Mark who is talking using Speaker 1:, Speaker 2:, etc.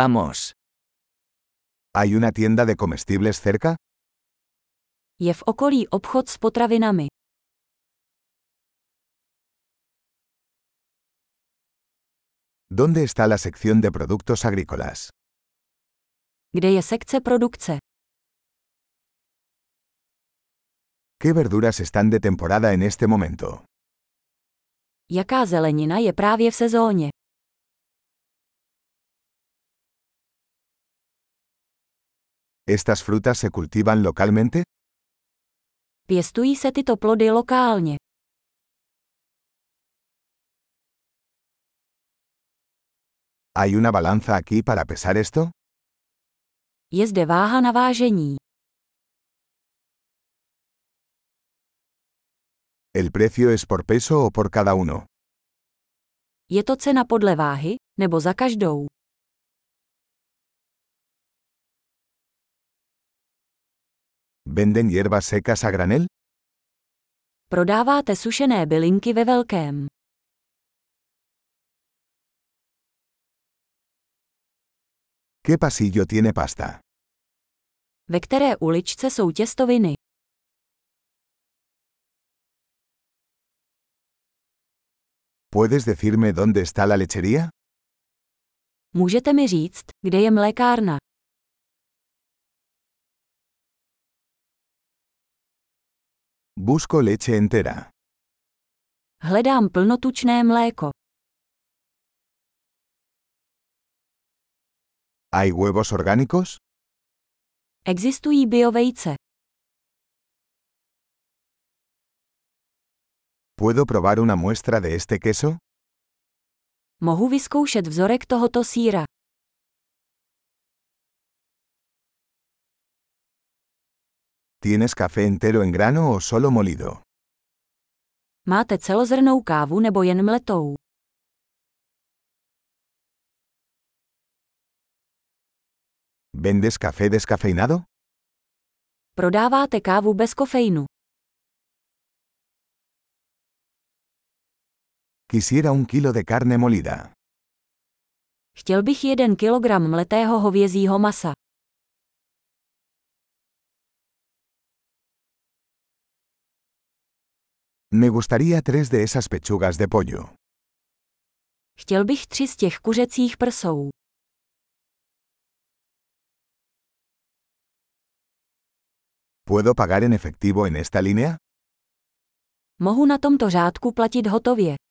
Speaker 1: Vamos.
Speaker 2: ¿Hay una tienda de comestibles cerca?
Speaker 3: Je v okolí obchod s potravinami.
Speaker 2: ¿Dónde está la sección de productos agrícolas?
Speaker 3: Kde je sekce produkce?
Speaker 2: ¿Qué verduras están de temporada en este momento?
Speaker 3: Jaká zelenina je právě v sezóně?
Speaker 2: ¿Estas frutas se cultivan localmente?
Speaker 3: Pěstují se tyto plody lokálně.
Speaker 2: ¿Hay una balanza aquí para pesar esto?
Speaker 3: Je zde váha na vážení.
Speaker 2: ¿El precio es por peso o por cada uno?
Speaker 3: Je to cena podle váhy, nebo za každou?
Speaker 2: ¿Venden hierbas secas a granel?
Speaker 3: Prodáváte sušené bylinky ve velkém.
Speaker 2: ¿Qué pasillo tiene pasta?
Speaker 3: Ve které uličce jsou těstoviny?
Speaker 2: ¿Puedes decirme dónde está la lechería?
Speaker 3: Můžete mi říct, kde je mlékárna?
Speaker 2: Busco leche entera.
Speaker 3: Hledám plnotučné mléko.
Speaker 2: ¿Hay huevos orgánicos?
Speaker 3: Existují biovejce.
Speaker 2: ¿Puedo probar una muestra de este queso?
Speaker 3: Mohu vyzkoušet vzorek tohoto síra.
Speaker 2: ¿Tienes café entero en grano o solo molido?
Speaker 3: Máte celozrnou kávu nebo jen mletou?
Speaker 2: ¿Vendes café descafeinado?
Speaker 3: Prodáváte kávu bez kofeinu.
Speaker 2: Quisiera un kilo de carne molida.
Speaker 3: Chtěl bych 1 kg mletého hovězího masa.
Speaker 2: Me gustaría tres de esas pechugas de pollo.
Speaker 3: Chtěl bych tři z těch kuřecích prsou.
Speaker 2: ¿Puedo pagar en efectivo en esta línea?
Speaker 3: Mohu na tomto řádku platit hotově.